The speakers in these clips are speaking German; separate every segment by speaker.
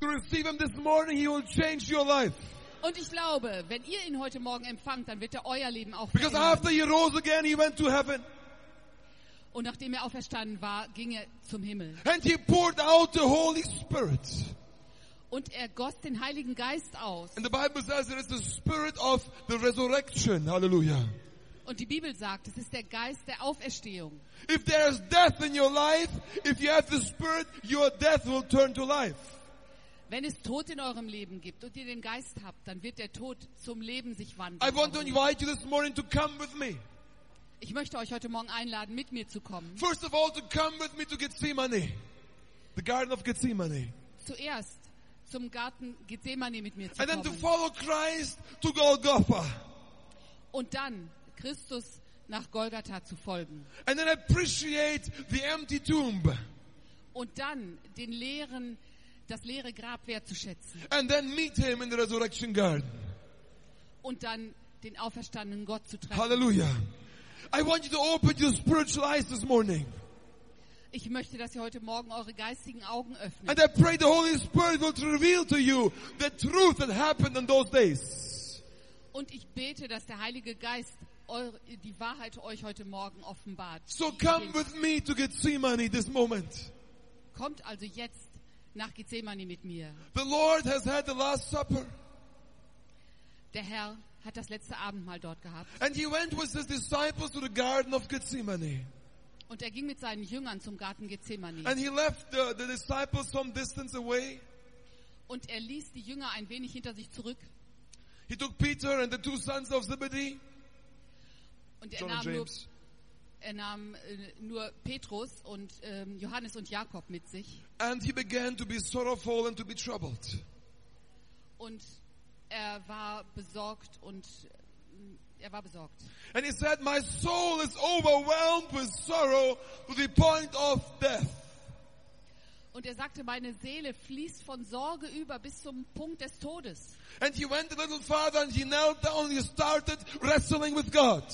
Speaker 1: you receive Him this morning, He will change your life.
Speaker 2: Und ich glaube, wenn ihr ihn heute Morgen empfangt, dann wird er euer Leben auch
Speaker 1: Because
Speaker 2: verändern.
Speaker 1: after He rose again, He went to heaven
Speaker 2: Und nachdem er auferstanden war, ging er zum Himmel.
Speaker 1: and He poured out the Holy Spirit.
Speaker 2: Und er goss den Heiligen Geist aus.
Speaker 1: And the Bible says it is the Spirit of the resurrection. Hallelujah.
Speaker 2: Und die Bibel sagt, es ist der Geist der Auferstehung.
Speaker 1: If there is death in your life, if you have the Spirit, your death will turn to life.
Speaker 2: Wenn es Tod in eurem Leben gibt und ihr den Geist habt, dann wird der Tod zum Leben sich
Speaker 1: I want to
Speaker 2: wandeln.
Speaker 1: invite you this morning to come with me.
Speaker 2: Ich möchte euch heute Morgen einladen, mit mir zu kommen.
Speaker 1: First of all, to come with me to Gethsemane, the Garden of Gethsemane.
Speaker 2: Zuerst zum Garten Gethsemane mit mir zu
Speaker 1: And then to
Speaker 2: kommen.
Speaker 1: follow Christ to Golgotha.
Speaker 2: Und dann Christus nach Golgatha zu folgen.
Speaker 1: And then appreciate the empty tomb.
Speaker 2: Und dann den leeren, das leere Grab wertzuschätzen.
Speaker 1: And then meet him in the resurrection garden.
Speaker 2: Und dann den auferstandenen Gott zu treffen.
Speaker 1: Hallelujah. I want you to open your spiritual eyes this morning.
Speaker 2: Ich möchte, dass ihr heute Morgen eure geistigen Augen öffnet.
Speaker 1: And I pray the Holy Spirit will reveal to you the truth that happened in those days.
Speaker 2: Und ich bete, dass der Heilige Geist eure, die Wahrheit euch heute Morgen offenbart.
Speaker 1: So come with me to Gethsemane this moment.
Speaker 2: Kommt also jetzt nach Gethsemane mit mir.
Speaker 1: The Lord has had the Last Supper.
Speaker 2: Der Herr hat das letzte Abendmahl dort gehabt.
Speaker 1: And he went with his disciples to the Garden of Gethsemane.
Speaker 2: Und er ging mit seinen Jüngern zum Garten Gethsemane.
Speaker 1: And he left the, the disciples some distance away.
Speaker 2: Und er ließ die Jünger ein wenig hinter sich zurück.
Speaker 1: He took Peter and the two sons of Zebedee,
Speaker 2: Und er
Speaker 1: John and
Speaker 2: nahm, nur,
Speaker 1: James,
Speaker 2: er nahm äh, nur Petrus und ähm, Johannes und Jakob mit sich.
Speaker 1: and he began to be sorrowful and to be troubled.
Speaker 2: Und er war besorgt und äh, er war besorgt.
Speaker 1: And he said, My soul is overwhelmed with sorrow to the point of death.
Speaker 2: Und er sagte, meine Seele fließt von Sorge über bis zum Punkt des Todes.
Speaker 1: And he went a little farther and he knelt down and he started wrestling with God.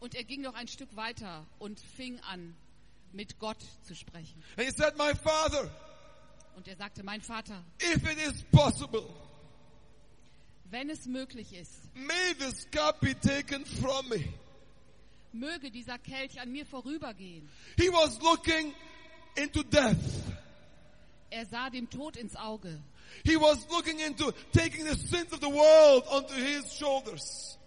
Speaker 2: Und er ging noch ein Stück weiter und fing an, mit Gott zu sprechen.
Speaker 1: And he said, My father,
Speaker 2: Und er sagte, mein Vater,
Speaker 1: if it is possible,
Speaker 2: wenn es möglich ist,
Speaker 1: may this cup be taken from me.
Speaker 2: möge dieser Kelch an mir vorübergehen.
Speaker 1: He was looking into death.
Speaker 2: Er sah dem Tod ins Auge.
Speaker 1: He was looking into taking the sins of the world onto his shoulders.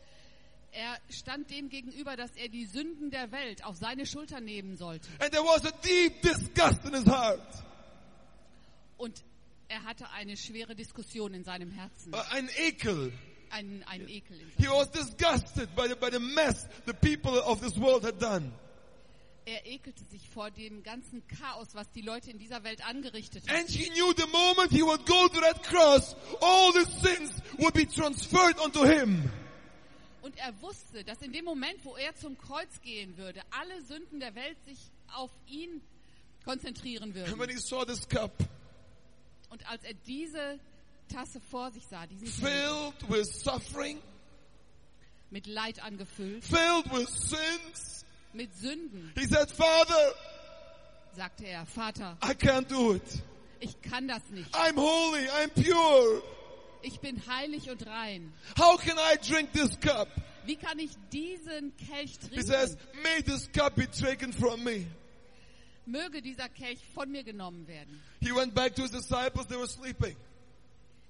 Speaker 2: Er stand dem gegenüber, dass er die Sünden der Welt auf seine Schultern nehmen sollte.
Speaker 1: And there was a deep disgust in his heart.
Speaker 2: Und er hatte eine schwere Diskussion in seinem Herzen,
Speaker 1: Uh, an ekel.
Speaker 2: einen, einen Ekel. In seinem
Speaker 1: He was disgusted by the, by the mess the people of this world had done.
Speaker 2: Er ekelte sich vor dem ganzen Chaos, was die Leute in dieser Welt angerichtet haben.
Speaker 1: And he knew the moment he would go to that cross, all the sins would be transferred onto him.
Speaker 2: Und er wusste, dass in dem Moment, wo er zum Kreuz gehen würde, alle Sünden der Welt sich auf ihn konzentrieren
Speaker 1: And when
Speaker 2: würden.
Speaker 1: he saw this cup
Speaker 2: Und als er diese Tasse vor sich sah, diesen Kelch
Speaker 1: filled with suffering,
Speaker 2: mit Leid angefüllt,
Speaker 1: filled with sins,
Speaker 2: mit Sünden,
Speaker 1: he said, Father,
Speaker 2: sagte er, Vater,
Speaker 1: I can't do it.
Speaker 2: ich kann das nicht.
Speaker 1: I'm holy. I'm pure.
Speaker 2: Ich bin heilig und rein.
Speaker 1: How can I drink this cup?
Speaker 2: Wie kann ich diesen Kelch
Speaker 1: He says,
Speaker 2: trinken?
Speaker 1: may this cup be taken from me.
Speaker 2: Möge dieser Kelch von mir genommen werden.
Speaker 1: He went back to his disciples. They were sleeping.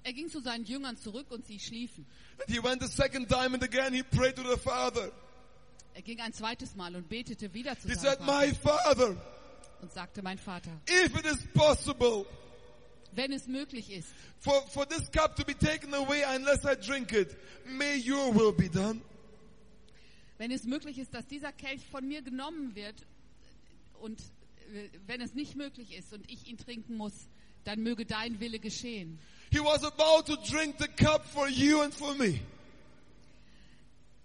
Speaker 2: Er ging zu seinen Jüngern zurück und sie schliefen.
Speaker 1: And he went the second time and again he prayed to the Father.
Speaker 2: Er ging ein zweites Mal und betete wieder zu
Speaker 1: He
Speaker 2: seinem
Speaker 1: said,
Speaker 2: Vater
Speaker 1: my Father,
Speaker 2: und sagte, mein Vater,
Speaker 1: if it is possible
Speaker 2: wenn es möglich ist,
Speaker 1: for, for this cup to be taken away unless I drink it, may your will be done.
Speaker 2: wenn es möglich ist, dass dieser Kelch von mir genommen wird und äh, wenn es nicht möglich ist und ich ihn trinken muss, dann möge dein Wille geschehen.
Speaker 1: He was about to drink the cup for you and for me.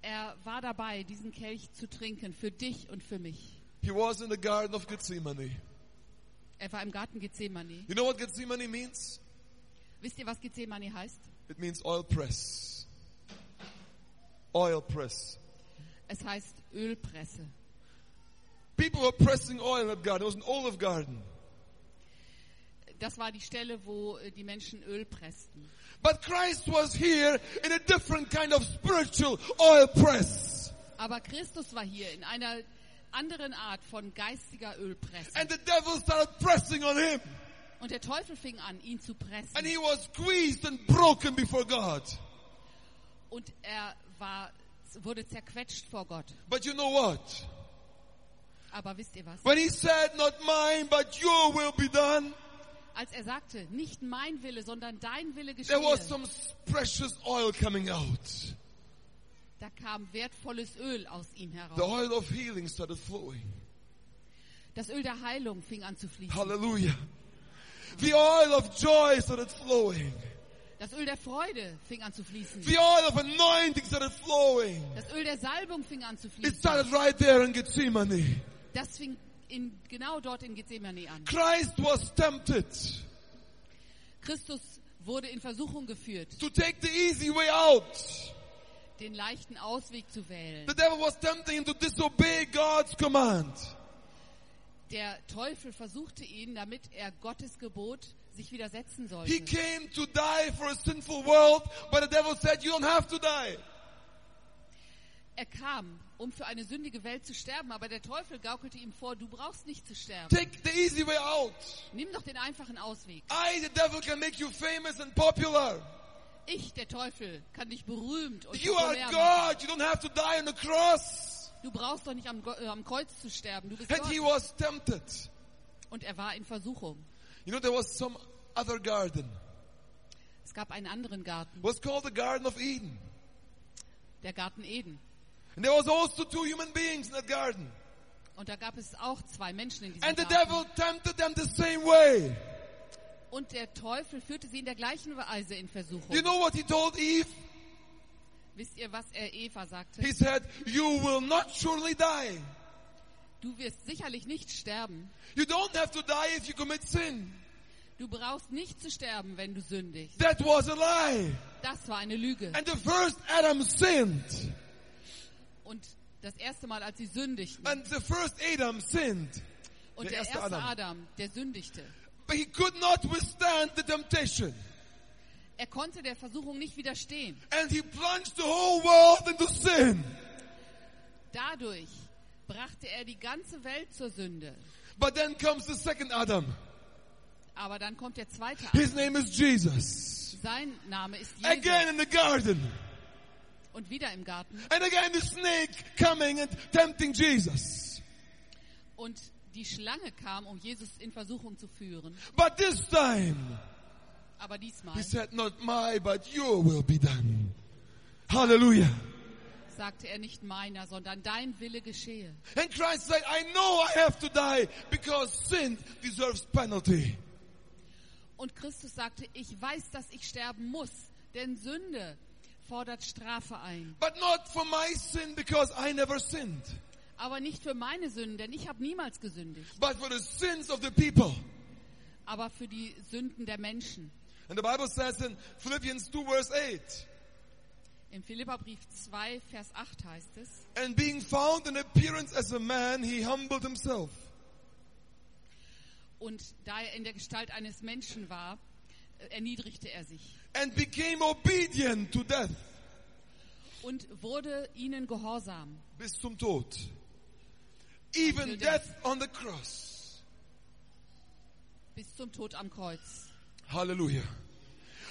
Speaker 2: Er war dabei, diesen Kelch zu trinken für dich und für mich.
Speaker 1: He was in the Garden of Gethsemane.
Speaker 2: Er war im Garten Gethsemane.
Speaker 1: You know what Gethsemane means?
Speaker 2: Wisst ihr, was Gethsemane heißt?
Speaker 1: It means oil press. Oil press.
Speaker 2: Es heißt Ölpresse.
Speaker 1: People were pressing oil at garden. It was an olive garden.
Speaker 2: Das war die Stelle, wo äh, die Menschen Öl pressten.
Speaker 1: But Christ was here in a different kind of spiritual oil press.
Speaker 2: Aber Christus war hier in einer anderen Art von geistiger Ölpresse.
Speaker 1: And the devil started pressing on him.
Speaker 2: Und der Teufel fing an, ihn zu
Speaker 1: And
Speaker 2: pressen.
Speaker 1: he was squeezed and broken before God.
Speaker 2: Und er war, wurde zerquetscht vor Gott.
Speaker 1: But you know what?
Speaker 2: Aber wisst ihr was?
Speaker 1: When he said, not mine, but your will be done,
Speaker 2: Als er sagte, nicht mein Wille, sondern dein Wille
Speaker 1: there
Speaker 2: geschehe,
Speaker 1: was some precious oil coming out.
Speaker 2: da kam wertvolles Öl aus ihm
Speaker 1: The
Speaker 2: heraus.
Speaker 1: oil of healing started flowing.
Speaker 2: Das Öl der Heilung fing an zu fließen.
Speaker 1: Hallelujah. The oil of joy started flowing.
Speaker 2: Das Öl der Freude fing an zu fließen.
Speaker 1: The oil of anointing started flowing.
Speaker 2: Das Öl der Salbung fing an zu
Speaker 1: It
Speaker 2: fließen.
Speaker 1: started right there in Gethsemane.
Speaker 2: Das fing in, genau dort in Gethsemane an.
Speaker 1: Christ was tempted
Speaker 2: Christus wurde in Versuchung geführt,
Speaker 1: to take the easy way out.
Speaker 2: den leichten Ausweg zu wählen.
Speaker 1: The devil was tempting him to disobey God's command.
Speaker 2: Der Teufel versuchte ihn, damit er Gottes Gebot sich widersetzen
Speaker 1: He
Speaker 2: sollte.
Speaker 1: came to die for a sinful world, but the devil said, you don't have to die.
Speaker 2: Er kam, um für eine sündige Welt zu sterben, aber der Teufel gaukelte ihm vor, du brauchst nicht zu sterben.
Speaker 1: Take the easy way out.
Speaker 2: Nimm doch den einfachen Ausweg.
Speaker 1: I, the devil, can make you famous and popular.
Speaker 2: Ich, der Teufel, kann dich berühmt und
Speaker 1: You are
Speaker 2: populär machen.
Speaker 1: God. You don't have to die on the cross.
Speaker 2: Du brauchst doch nicht am, Go- äh, am Kreuz zu sterben. Du bist
Speaker 1: And he
Speaker 2: Gott.
Speaker 1: was tempted.
Speaker 2: Und er war in Versuchung.
Speaker 1: You know, there was some other garden.
Speaker 2: Es gab einen anderen Garten,
Speaker 1: It was called the Garden of Eden.
Speaker 2: der Garten Eden.
Speaker 1: And there was also two human beings in that garden.
Speaker 2: Und da gab es auch zwei Menschen in diesem
Speaker 1: And the
Speaker 2: Garten.
Speaker 1: devil tempted them the same way.
Speaker 2: Und der Teufel führte sie in der gleichen Weise in Versuchung.
Speaker 1: You know what he told Eve?
Speaker 2: Wisst ihr, was er Eva sagte?
Speaker 1: He said, you will not surely die.
Speaker 2: Du wirst sicherlich nicht sterben.
Speaker 1: You don't have to die if you commit sin.
Speaker 2: Du brauchst nicht zu sterben, wenn du sündigst.
Speaker 1: That was a lie.
Speaker 2: Das war eine Lüge.
Speaker 1: And the first Adam sinned.
Speaker 2: Und das erste Mal, als sie sündigten.
Speaker 1: And the first Adam sinned.
Speaker 2: Und
Speaker 1: der
Speaker 2: der
Speaker 1: erste
Speaker 2: erste
Speaker 1: Adam.
Speaker 2: Adam, der sündigte.
Speaker 1: But he could not withstand the temptation.
Speaker 2: Er konnte der Versuchung nicht widerstehen.
Speaker 1: And he plunged the whole world into sin.
Speaker 2: Dadurch brachte er die ganze Welt zur Sünde.
Speaker 1: But then comes the second Adam.
Speaker 2: Aber dann kommt der zweite Adam.
Speaker 1: His name is Jesus.
Speaker 2: Sein Name ist Jesus.
Speaker 1: Again in the garden.
Speaker 2: Und wieder im Garten.
Speaker 1: And again the snake coming and tempting Jesus.
Speaker 2: Und die Schlange kam, um Jesus in Versuchung zu führen.
Speaker 1: But this time,
Speaker 2: Aber diesmal
Speaker 1: he said, not my, but your will be done. Hallelujah.
Speaker 2: sagte er nicht meiner, sondern dein Wille geschehe.
Speaker 1: And Christ said, I know I have to die because sin deserves penalty.
Speaker 2: Und Christus sagte, ich weiß, dass ich sterben muss, denn Sünde fordert Strafe ein.
Speaker 1: But not for my sin because I never sinned,
Speaker 2: Aber nicht für meine Sünden, denn ich habe niemals gesündigt,
Speaker 1: but for the sins of the people.
Speaker 2: aber für die Sünden der Menschen.
Speaker 1: And the Bible says in Philippians 2 verse 8,
Speaker 2: Im Philipperbrief 2, Vers 8 heißt es,
Speaker 1: and being found in appearance as a man, he humbled himself.
Speaker 2: und da er in der Gestalt eines Menschen war, äh, erniedrigte er sich
Speaker 1: and became obedient to death
Speaker 2: und wurde ihnen gehorsam,
Speaker 1: bis zum Tod. Even
Speaker 2: Until
Speaker 1: death on the cross.
Speaker 2: bis zum Tod am Kreuz.
Speaker 1: Hallelujah.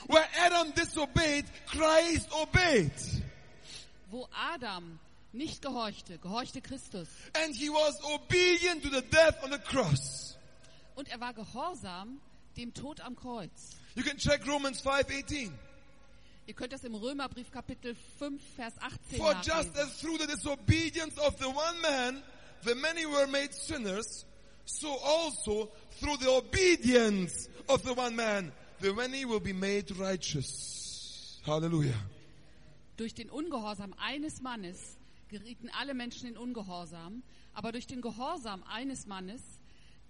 Speaker 1: Where Adam disobeyed, Christ obeyed.
Speaker 2: Wo Adam nicht gehorchte, gehorchte Christus.
Speaker 1: And he was obedient to the death on the cross.
Speaker 2: Und er war gehorsam dem Tod am Kreuz.
Speaker 1: You can check Romans 5:18.
Speaker 2: Ihr könnt das im Römerbrief Kapitel 5, Vers 18
Speaker 1: For just
Speaker 2: nachlesen.
Speaker 1: as through the disobedience of the one man the many were made sinners, so also through the obedience of the one man the many will be made righteous. Hallelujah.
Speaker 2: Durch den Ungehorsam eines Mannes gerieten alle Menschen in Ungehorsam, aber durch den Gehorsam eines Mannes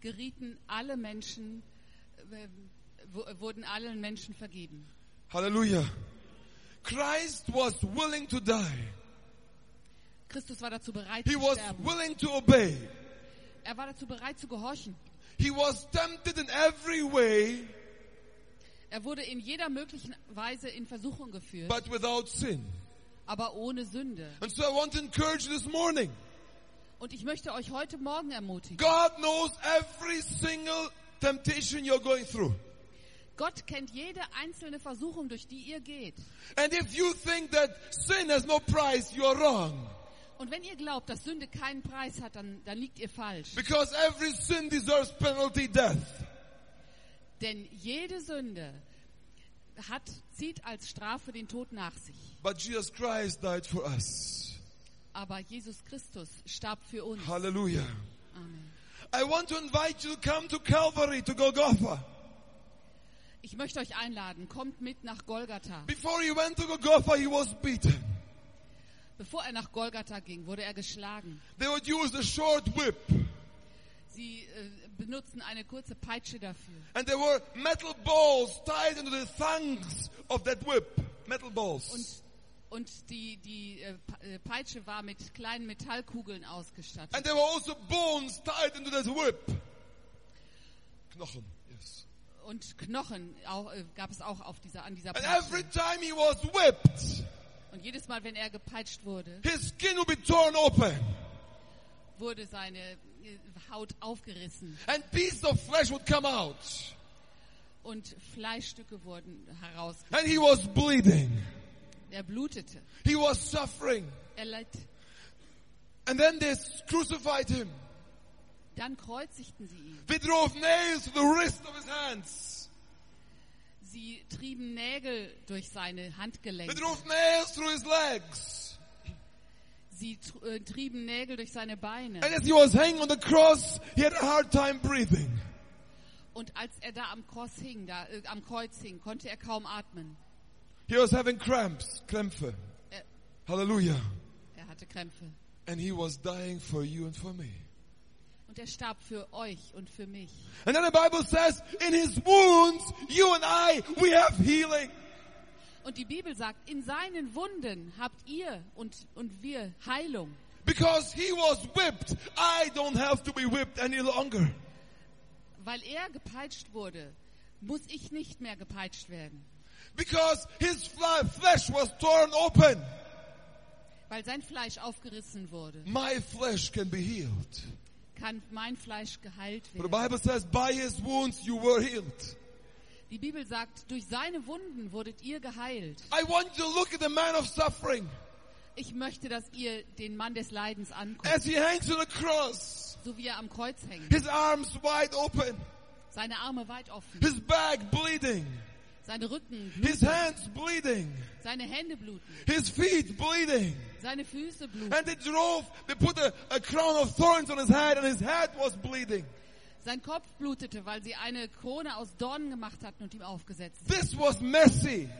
Speaker 2: gerieten alle Menschen, äh, w- wurden allen Menschen vergeben.
Speaker 1: Hallelujah. Christ was willing to die.
Speaker 2: Christus war dazu bereit
Speaker 1: He
Speaker 2: zu
Speaker 1: was
Speaker 2: sterben.
Speaker 1: willing to obey.
Speaker 2: Er war dazu bereit zu gehorchen.
Speaker 1: He was tempted in every way,
Speaker 2: Er wurde in jeder möglichen Weise in Versuchung geführt,
Speaker 1: but without sin.
Speaker 2: aber ohne Sünde.
Speaker 1: And so I want to encourage you this morning.
Speaker 2: Und ich möchte euch heute Morgen ermutigen.
Speaker 1: God knows every single temptation you're going through.
Speaker 2: Gott kennt jede einzelne Versuchung, durch die ihr geht.
Speaker 1: And if you think that sin has no price, you're wrong.
Speaker 2: Und wenn ihr glaubt, dass Sünde keinen Preis hat, dann, dann liegt ihr falsch.
Speaker 1: Because every sin deserves penalty death.
Speaker 2: Denn jede Sünde hat, zieht als Strafe den Tod nach sich.
Speaker 1: But Jesus Christ died for us.
Speaker 2: Aber Jesus Christus starb für uns.
Speaker 1: Hallelujah.
Speaker 2: Amen.
Speaker 1: I want to invite you to come to Calvary, to Golgotha.
Speaker 2: Ich möchte euch einladen, kommt mit nach Golgatha.
Speaker 1: Before he went to Golgotha, he was beaten.
Speaker 2: Bevor er nach Golgatha ging, wurde er geschlagen.
Speaker 1: They would use a short whip,
Speaker 2: Sie äh, benutzen eine kurze Peitsche dafür.
Speaker 1: and there were metal balls tied into the thongs of that whip. Metal
Speaker 2: Und,
Speaker 1: balls.
Speaker 2: und die, die äh, Pe- äh, Peitsche war mit kleinen Metallkugeln ausgestattet.
Speaker 1: And there were also bones tied into that whip. Knochen, yes.
Speaker 2: Und Knochen auch, äh, gab es auch auf dieser, an dieser
Speaker 1: And every
Speaker 2: Peitsche.
Speaker 1: time he was whipped,
Speaker 2: Und jedes Mal, wenn er gepeitscht wurde,
Speaker 1: his skin would be torn open,
Speaker 2: wurde seine äh, Haut aufgerissen
Speaker 1: and pieces of flesh would come out.
Speaker 2: und Fleischstücke wurden heraus.
Speaker 1: And he was bleeding.
Speaker 2: Er blutete.
Speaker 1: He was suffering.
Speaker 2: Er litt.
Speaker 1: And then they crucified him.
Speaker 2: Dann kreuzigten sie ihn.
Speaker 1: They drove nails to the wrist of his hands.
Speaker 2: Sie trieben Nägel durch seine
Speaker 1: They
Speaker 2: Handgelenke.
Speaker 1: drove nails through his legs.
Speaker 2: Sie tr- äh, trieben Nägel durch seine Beine.
Speaker 1: And as he was hanging on the cross, he had a hard time breathing.
Speaker 2: Und als er da am Kreuz hing, da, äh, am Kreuz hing, konnte er kaum atmen.
Speaker 1: He was having cramps, Krämpfe.
Speaker 2: Er,
Speaker 1: Hallelujah.
Speaker 2: er hatte Krämpfe.
Speaker 1: And he was dying for you and for me.
Speaker 2: Und er starb für euch und für mich.
Speaker 1: And then the Bible says, in his wounds, you and I, we have healing.
Speaker 2: Und die Bibel sagt, in seinen Wunden habt ihr und, und wir Heilung.
Speaker 1: Because he was whipped, I don't have to be whipped any longer.
Speaker 2: Weil er gepeitscht wurde, muss ich nicht mehr gepeitscht werden.
Speaker 1: Because his fl- flesh was torn open.
Speaker 2: Weil sein Fleisch aufgerissen wurde,
Speaker 1: My flesh can be healed.
Speaker 2: kann mein Fleisch geheilt
Speaker 1: But the
Speaker 2: werden.
Speaker 1: Bible says, by his wounds you were healed.
Speaker 2: Die Bibel sagt, durch seine Wunden wurdet ihr geheilt.
Speaker 1: I want you to look at the man of suffering
Speaker 2: Ich möchte, dass ihr den Mann des Leidens anguckt,
Speaker 1: as he hangs on the cross,
Speaker 2: so wie er am Kreuz hängt.
Speaker 1: his arms wide open,
Speaker 2: Seine Arme weit offen,
Speaker 1: his back bleeding,
Speaker 2: seine Rücken,
Speaker 1: his
Speaker 2: bluten,
Speaker 1: hands bleeding,
Speaker 2: seine Hände bluten,
Speaker 1: his feet bleeding.
Speaker 2: seine Füße bluten,
Speaker 1: And they drove, they put a, a crown of thorns on his head and his head was bleeding.
Speaker 2: sein Kopf blutete, weil sie eine Krone aus Dornen gemacht hatten und ihm aufgesetzt.
Speaker 1: This was messy,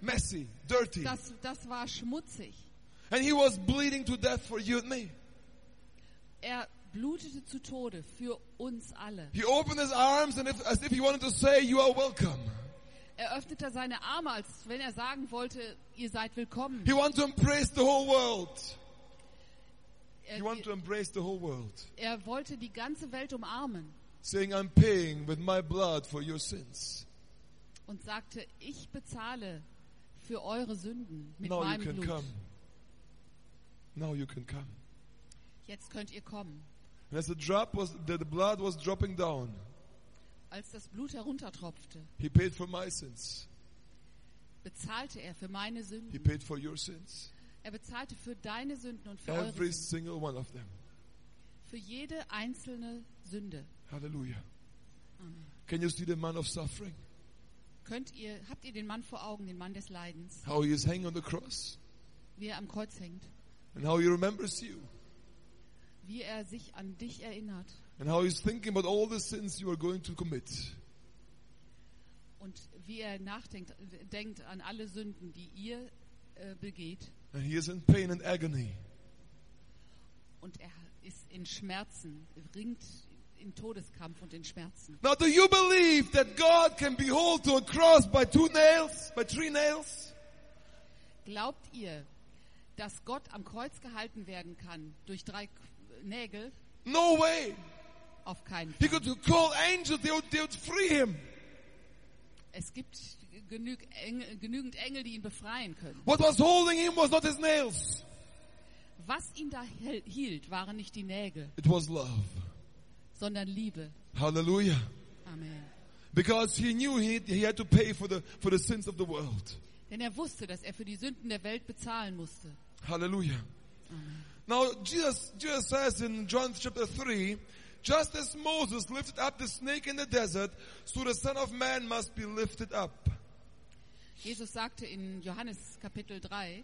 Speaker 1: messy, dirty.
Speaker 2: Das, das war schmutzig.
Speaker 1: And he was bleeding to death for you and me.
Speaker 2: Er blutete zu Tode für uns alle.
Speaker 1: He opened his arms and if, as if he wanted to say, you are welcome.
Speaker 2: Er öffnete seine Arme, als wenn er sagen wollte, ihr seid willkommen.
Speaker 1: He wanted to embrace the whole world. He
Speaker 2: Er,
Speaker 1: wanted to embrace the whole world.
Speaker 2: er wollte die ganze Welt umarmen
Speaker 1: Saying, I'm paying with my blood for your sins.
Speaker 2: und sagte, ich bezahle für eure Sünden mit
Speaker 1: now you
Speaker 2: meinem
Speaker 1: can
Speaker 2: Blut.
Speaker 1: come. Now you can come.
Speaker 2: Jetzt könnt ihr kommen.
Speaker 1: And as the drop was, the, the blood was dropping down,
Speaker 2: Als das Blut heruntertropfte,
Speaker 1: he paid for my sins.
Speaker 2: bezahlte er für meine Sünden.
Speaker 1: He paid for your sins.
Speaker 2: Er bezahlte für deine Sünden und für eure
Speaker 1: Every
Speaker 2: Sünden.
Speaker 1: single one of them.
Speaker 2: Für jede einzelne Sünde.
Speaker 1: Hallelujah. Can you see the man of suffering?
Speaker 2: Könnt ihr, habt ihr den Mann vor Augen, den Mann des Leidens,
Speaker 1: How he is hanging on the cross
Speaker 2: wie er am Kreuz hängt,
Speaker 1: and how he remembers you.
Speaker 2: wie er sich an dich erinnert
Speaker 1: and how he's thinking about all the sins you are going to commit.
Speaker 2: und wie er nachdenkt, äh, denkt an alle Sünden, die ihr äh, begeht
Speaker 1: And he is in pain and agony.
Speaker 2: und er ist in Schmerzen, ringt in Todeskampf und in Schmerzen.
Speaker 1: Now, do you believe that God can be hauled to a cross by two nails, by three nails?
Speaker 2: Glaubt ihr, dass Gott am Kreuz gehalten werden kann durch drei K- Nägel?
Speaker 1: No way.
Speaker 2: Auf keinen
Speaker 1: He
Speaker 2: Fall.
Speaker 1: could call angels, they would, they would free him.
Speaker 2: Es gibt genüg, Engel, genügend Engel, die ihn befreien können.
Speaker 1: What was holding him was not his nails,
Speaker 2: Was ihn da hel- hielt, waren nicht die Nägel,
Speaker 1: it was love.
Speaker 2: sondern Liebe.
Speaker 1: Hallelujah.
Speaker 2: Amen.
Speaker 1: Because he knew he, he had to pay for the, for the sins of the world.
Speaker 2: Denn er wusste, dass er für die Sünden der Welt bezahlen musste.
Speaker 1: Hallelujah. Now, Jesus, Jesus says in John chapter 3, just as Moses lifted up the snake in the desert, so the Son of Man must be lifted up.
Speaker 2: Jesus sagte in Johannes Kapitel 3,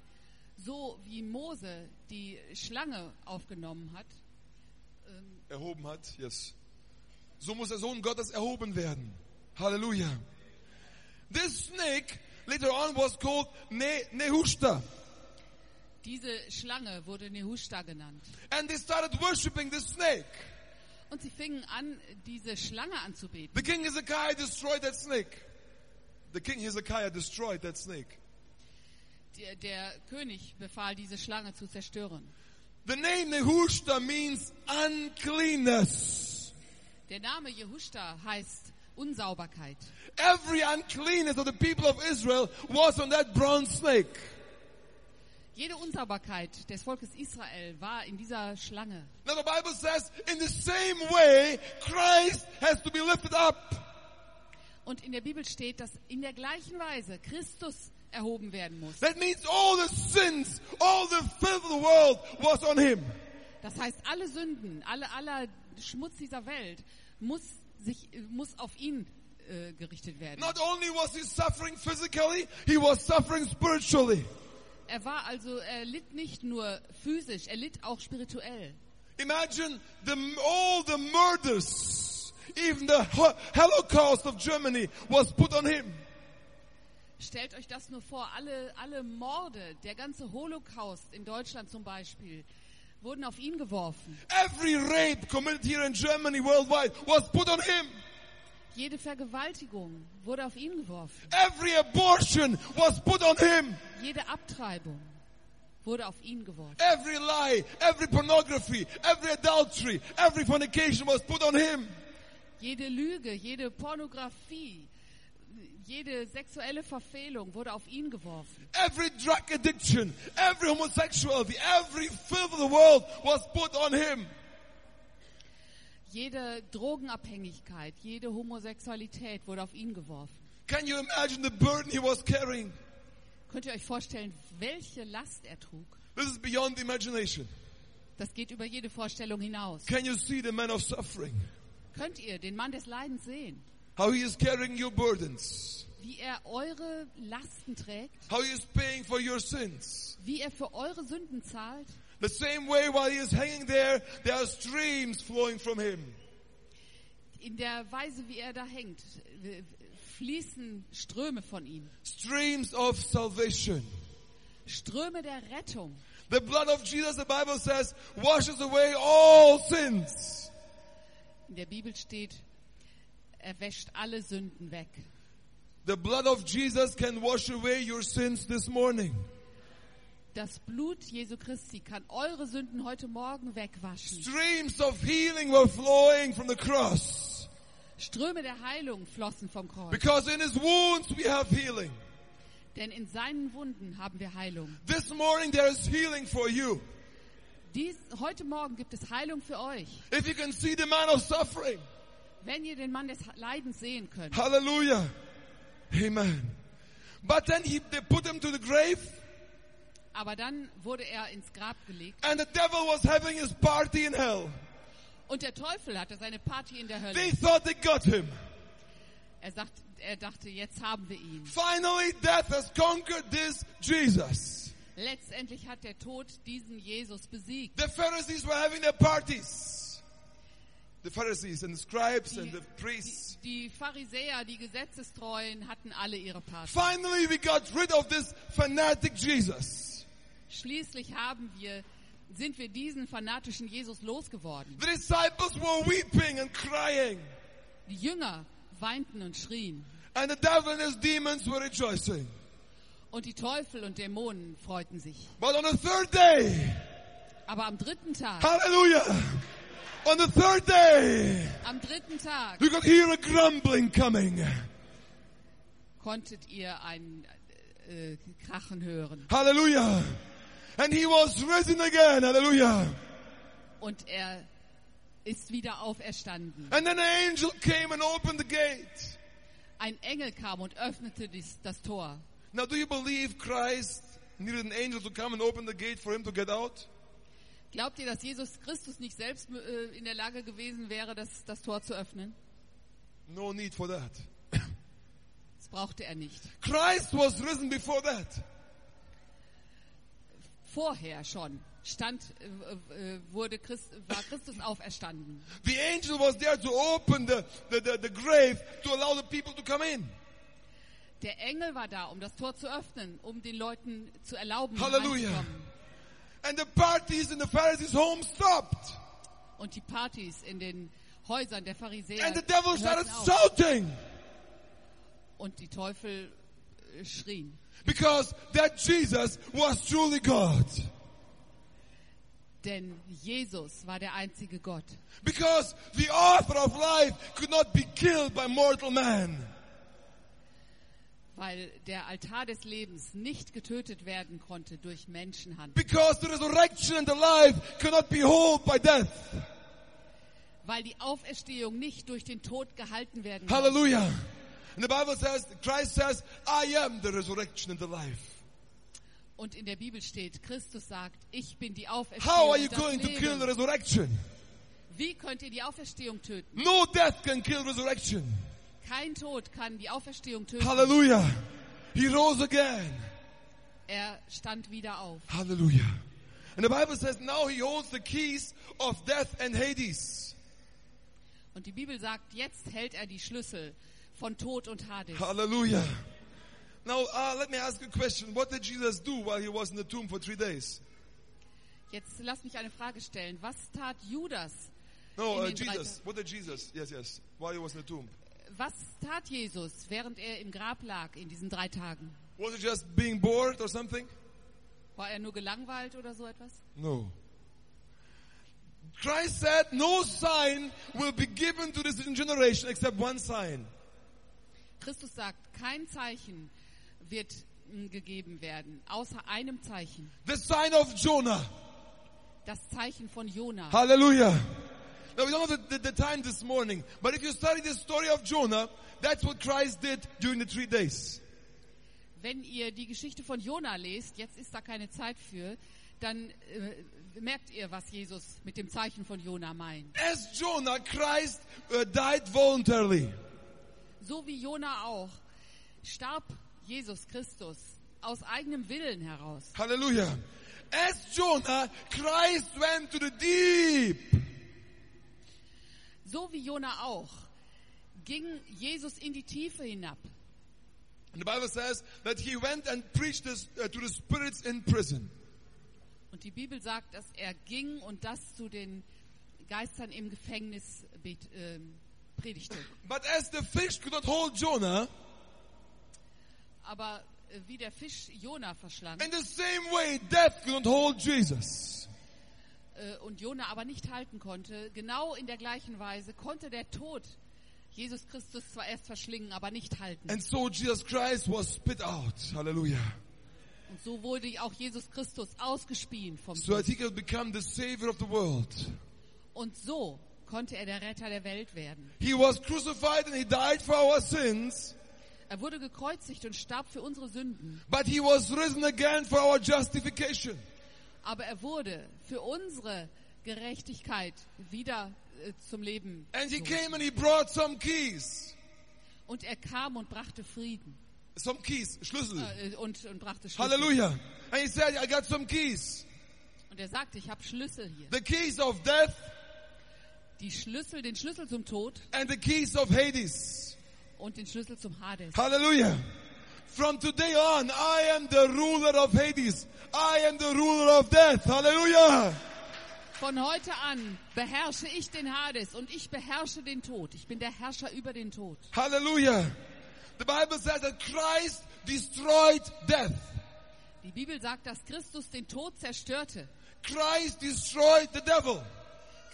Speaker 2: so wie Mose die Schlange aufgenommen hat,
Speaker 1: Erhoben hat, yes. So muss der Sohn Gottes erhoben werden. Hallelujah. This snake later on was called ne Nehushta.
Speaker 2: diese Schlange wurde Nehushta genannt.
Speaker 1: And they started worshipping the snake.
Speaker 2: Und sie fingen an, diese Schlange anzubeten.
Speaker 1: The king Hezekiah destroyed that snake. The king Hezekiah destroyed that snake.
Speaker 2: Der, der König befahl, diese Schlange zu zerstören.
Speaker 1: The name Nehushta means uncleanness.
Speaker 2: Der Name Jehushta heißt Unsauberkeit.
Speaker 1: Every uncleanness of the people of Israel was on that bronze snake.
Speaker 2: Jede Unsauberkeit des Volkes Israel war in dieser Schlange.
Speaker 1: Now the Bible says, in the same way, Christ has to be lifted up.
Speaker 2: Und in der Bibel steht, dass in der gleichen Weise Christus erhoben werden muss.
Speaker 1: That means all the sins, all the filth of the world was on him.
Speaker 2: Das heißt, alle Sünden, alle, aller Schmutz dieser Welt muss sich, muss auf ihn äh, gerichtet werden.
Speaker 1: Not only was he suffering physically, he was suffering spiritually.
Speaker 2: Er war also, er litt nicht nur physisch, er litt auch spirituell.
Speaker 1: Imagine the, all the murders, even the ho- Holocaust of Germany was put on him.
Speaker 2: Stellt euch das nur vor, alle, alle Morde, der ganze Holocaust in Deutschland zum Beispiel, wurden auf ihn geworfen.
Speaker 1: Every rape committed here in Germany worldwide was put on him.
Speaker 2: Jede Vergewaltigung wurde auf ihn geworfen.
Speaker 1: Every abortion was put on him.
Speaker 2: Jede Abtreibung wurde auf ihn geworfen.
Speaker 1: Every lie, every pornography, every adultery, every fornication was put on him.
Speaker 2: Jede Lüge, jede Pornografie, jede sexuelle Verfehlung wurde auf ihn geworfen.
Speaker 1: Every drug addiction, every homosexuality, every filth of the world was put on him.
Speaker 2: Jede Drogenabhängigkeit, jede Homosexualität wurde auf ihn geworfen.
Speaker 1: Can you imagine the burden he was carrying?
Speaker 2: Könnt ihr euch vorstellen, welche Last er trug?
Speaker 1: This is beyond imagination.
Speaker 2: Das geht über jede Vorstellung hinaus.
Speaker 1: Can you see the man of suffering?
Speaker 2: Könnt ihr den Mann des Leidens sehen?
Speaker 1: How he is carrying your burdens.
Speaker 2: Wie er eure Lasten trägt,
Speaker 1: How he is paying for your sins.
Speaker 2: wie er für eure Sünden zahlt.
Speaker 1: The same way while he is hanging there, there are streams flowing from him.
Speaker 2: In der Weise, wie er da hängt, w- fließen Ströme von ihm.
Speaker 1: Streams of salvation.
Speaker 2: Ströme der Rettung.
Speaker 1: The blood of Jesus, the Bible says, washes away all sins.
Speaker 2: In der Bibel steht, er wäscht alle Sünden weg.
Speaker 1: The blood of Jesus can wash away your sins this morning.
Speaker 2: Das Blut Jesu Christi kann eure Sünden heute Morgen wegwaschen.
Speaker 1: Streams of healing were flowing from the cross.
Speaker 2: Ströme der Heilung flossen vom Kreuz.
Speaker 1: Because in his wounds we have healing.
Speaker 2: Denn in seinen Wunden haben wir Heilung.
Speaker 1: This morning there is healing for you.
Speaker 2: Dies, heute Morgen gibt es Heilung für euch,
Speaker 1: If you can see the man of suffering.
Speaker 2: wenn ihr den Mann des Leidens sehen könnt.
Speaker 1: Hallelujah. Amen. But then he, they put him to the grave
Speaker 2: Aber dann wurde er ins Grab gelegt
Speaker 1: and the devil was having his party in hell.
Speaker 2: und der Teufel hatte seine Party in der
Speaker 1: They
Speaker 2: Hölle.
Speaker 1: thought they got him.
Speaker 2: Er, sagt, er dachte, jetzt haben wir ihn.
Speaker 1: Finally, death has conquered this Jesus.
Speaker 2: Letztendlich hat der Tod diesen Jesus besiegt.
Speaker 1: The Pharisees were having their parties. The Pharisees and the scribes and the priests.
Speaker 2: Die Pharisäer, die Gesetzestreuen, hatten alle ihre Party.
Speaker 1: Finally, we got rid of this fanatic Jesus.
Speaker 2: Schließlich haben wir, sind wir diesen fanatischen Jesus losgeworden.
Speaker 1: The disciples were weeping and crying,
Speaker 2: Die Jünger weinten und schrien.
Speaker 1: and the devil and his demons were rejoicing.
Speaker 2: Und die Teufel und Dämonen freuten sich.
Speaker 1: But on the third day,
Speaker 2: Aber am dritten Tag
Speaker 1: hallelujah, On the third day,
Speaker 2: Am dritten Tag
Speaker 1: you could hear a grumbling coming.
Speaker 2: konntet ihr ein äh, äh, Krachen hören.
Speaker 1: Hallelujah. And he was risen again. Hallelujah.
Speaker 2: Und er ist wieder auferstanden.
Speaker 1: And then an angel came and opened the gate.
Speaker 2: Ein Engel kam und öffnete dies, das Tor.
Speaker 1: Now, do you believe Christ needed an angel to come and open the gate for him to get out?
Speaker 2: Glaubt ihr, dass Jesus Christus nicht selbst äh, in der Lage gewesen wäre, das, das Tor zu öffnen?
Speaker 1: No need for that.
Speaker 2: Das brauchte er nicht.
Speaker 1: Christ was risen before that.
Speaker 2: Vorher schon stand, äh, äh, wurde Christ, war Christus auferstanden.
Speaker 1: The angel was there to open the, the, the, the grave to allow the people to come in.
Speaker 2: Der Engel war da, um das Tor zu öffnen, um den Leuten zu erlauben,
Speaker 1: Halleluja.
Speaker 2: hineinzukommen.
Speaker 1: And the parties in the Pharisees' home stopped.
Speaker 2: Und die Partys in den Häusern der Pharisäer
Speaker 1: And the devil started
Speaker 2: hörten auf.
Speaker 1: shouting
Speaker 2: und die Teufel äh, schrien.
Speaker 1: because that Jesus was truly God.
Speaker 2: Denn Jesus war der einzige Gott.
Speaker 1: Because the author of life could not be killed by mortal man.
Speaker 2: Weil der Altar des Lebens nicht getötet werden konnte durch Menschenhand.
Speaker 1: Because the resurrection and the life cannot be held by death.
Speaker 2: Weil die Auferstehung nicht durch den Tod gehalten werden kann.
Speaker 1: Hallelujah. And the Bible says, Christ says, I am the resurrection and the life.
Speaker 2: Und in der Bibel steht, Christus sagt, ich bin die
Speaker 1: How
Speaker 2: Auferstehung
Speaker 1: are you
Speaker 2: und das
Speaker 1: going to kill the
Speaker 2: Leben.
Speaker 1: resurrection?
Speaker 2: Wie könnt ihr die Auferstehung töten?
Speaker 1: No death can kill resurrection.
Speaker 2: Kein Tod kann die Auferstehung töten.
Speaker 1: Hallelujah. He rose again.
Speaker 2: Er stand wieder auf.
Speaker 1: Hallelujah. And the Bible says now he holds the keys of death and Hades.
Speaker 2: Und die Bibel sagt, jetzt hält er die Schlüssel von Tod und Hades.
Speaker 1: Hallelujah. Now, uh, let me ask you a question. What did Jesus do while he was in the tomb for three days?
Speaker 2: Jetzt lass mich eine Frage stellen. Was tat Judas?
Speaker 1: No,
Speaker 2: In
Speaker 1: uh,
Speaker 2: den drei
Speaker 1: Jesus.
Speaker 2: Tagen.
Speaker 1: What did Jesus? Yes, yes. While he was in the tomb.
Speaker 2: Was tat Jesus, während er im Grab lag in diesen drei Tagen?
Speaker 1: Was it just being bored or something?
Speaker 2: War er nur gelangweilt oder so etwas?
Speaker 1: No. Christ said, no sign will be given to this generation except one sign.
Speaker 2: Christus sagt, kein Zeichen wird mh, gegeben werden, außer einem Zeichen.
Speaker 1: The sign of Jonah.
Speaker 2: Das Zeichen von Jona.
Speaker 1: Hallelujah. Now we don't have the, the, the time this morning, but if you study the story of Jonah, that's what Christ did during the three days.
Speaker 2: Wenn ihr die Geschichte von Jona lest, jetzt ist da keine Zeit für, dann äh, merkt ihr, was Jesus mit dem Zeichen von Jona meint.
Speaker 1: As Jonah, Christ uh, died voluntarily.
Speaker 2: So wie Jona auch starb Jesus Christus aus eigenem Willen heraus.
Speaker 1: Hallelujah. As Jonah, Christ went to the deep.
Speaker 2: So wie Jona auch ging Jesus in die Tiefe hinab.
Speaker 1: And the Bible says that he went and preached this, uh, to the spirits in prison.
Speaker 2: Und die Bibel sagt, dass er ging und das zu den Geistern im Gefängnis bet, ähm, predigte.
Speaker 1: But as the fish could not hold Jonah,
Speaker 2: Aber äh, wie der Fisch Jona verschlang
Speaker 1: in the same way death could not hold Jesus.
Speaker 2: äh, und Jona aber nicht halten konnte, genau in der gleichen Weise konnte der Tod Jesus Christus zwar erst verschlingen, aber nicht halten.
Speaker 1: And so Jesus Christ was spit out. Hallelujah.
Speaker 2: Und so wurde auch Jesus Christus ausgespien vom
Speaker 1: so that
Speaker 2: Tod.
Speaker 1: he could become the savior of the world.
Speaker 2: Und so konnte er der Retter der Welt werden.
Speaker 1: He was crucified and he died for our sins,
Speaker 2: Er wurde gekreuzigt und starb für unsere Sünden.
Speaker 1: but he was risen again for our justification.
Speaker 2: Aber er wurde für unsere Gerechtigkeit wieder äh, zum Leben.
Speaker 1: And he
Speaker 2: gerufen.
Speaker 1: came and he brought some keys.
Speaker 2: Und er kam und brachte Frieden
Speaker 1: Some keys, Schlüssel.
Speaker 2: äh, und, und brachte Schlüssel.
Speaker 1: Hallelujah. And he said, I got some keys.
Speaker 2: Und er sagte, ich habe Schlüssel hier.
Speaker 1: The keys of death
Speaker 2: Die Schlüssel, den Schlüssel zum Tod
Speaker 1: and the keys of Hades.
Speaker 2: und den Schlüssel zum Hades.
Speaker 1: Hallelujah. From today on, I am the ruler of Hades. I am the ruler of death. Hallelujah.
Speaker 2: Von heute an beherrsche ich den Hades und ich beherrsche den Tod. Ich bin der Herrscher über den Tod.
Speaker 1: Hallelujah. The Bible says that Christ destroyed death.
Speaker 2: Die Bibel sagt, dass Christus den Tod zerstörte.
Speaker 1: Christ destroyed the devil.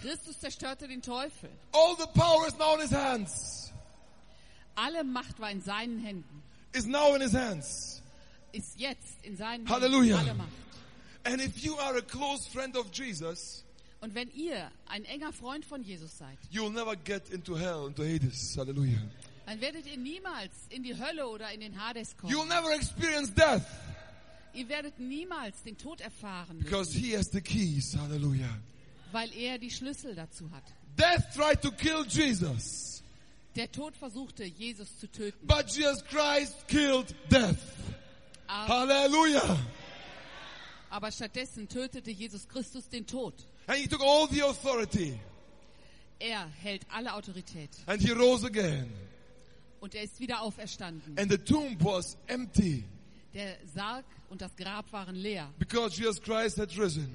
Speaker 2: Christus zerstörte den Teufel.
Speaker 1: All the power is now in his hands.
Speaker 2: Alle Macht war in seinen Händen.
Speaker 1: Is now in his hands.
Speaker 2: Ist jetzt in seinen
Speaker 1: Halleluja.
Speaker 2: Händen alle Macht.
Speaker 1: And if you are a close friend of Jesus,
Speaker 2: Und wenn ihr ein enger Freund von Jesus seid,
Speaker 1: you'll never get into hell, into Hades. Hallelujah.
Speaker 2: dann werdet ihr niemals in die Hölle oder in den Hades kommen.
Speaker 1: You'll never experience death
Speaker 2: ihr werdet niemals den Tod erfahren,
Speaker 1: because he has the keys. Hallelujah.
Speaker 2: weil er die Schlüssel dazu hat.
Speaker 1: Death tried to kill Jesus,
Speaker 2: Der Tod versuchte, Jesus zu töten,
Speaker 1: but Jesus Christ killed death.
Speaker 2: aber,
Speaker 1: Hallelujah.
Speaker 2: aber stattdessen tötete Jesus Christus den Tod.
Speaker 1: And he took all the authority
Speaker 2: Er hält alle Autorität
Speaker 1: and he rose again.
Speaker 2: und er ist wieder auferstanden.
Speaker 1: And the tomb was empty
Speaker 2: Der Sarg und das Grab waren leer,
Speaker 1: because Jesus Christ had risen.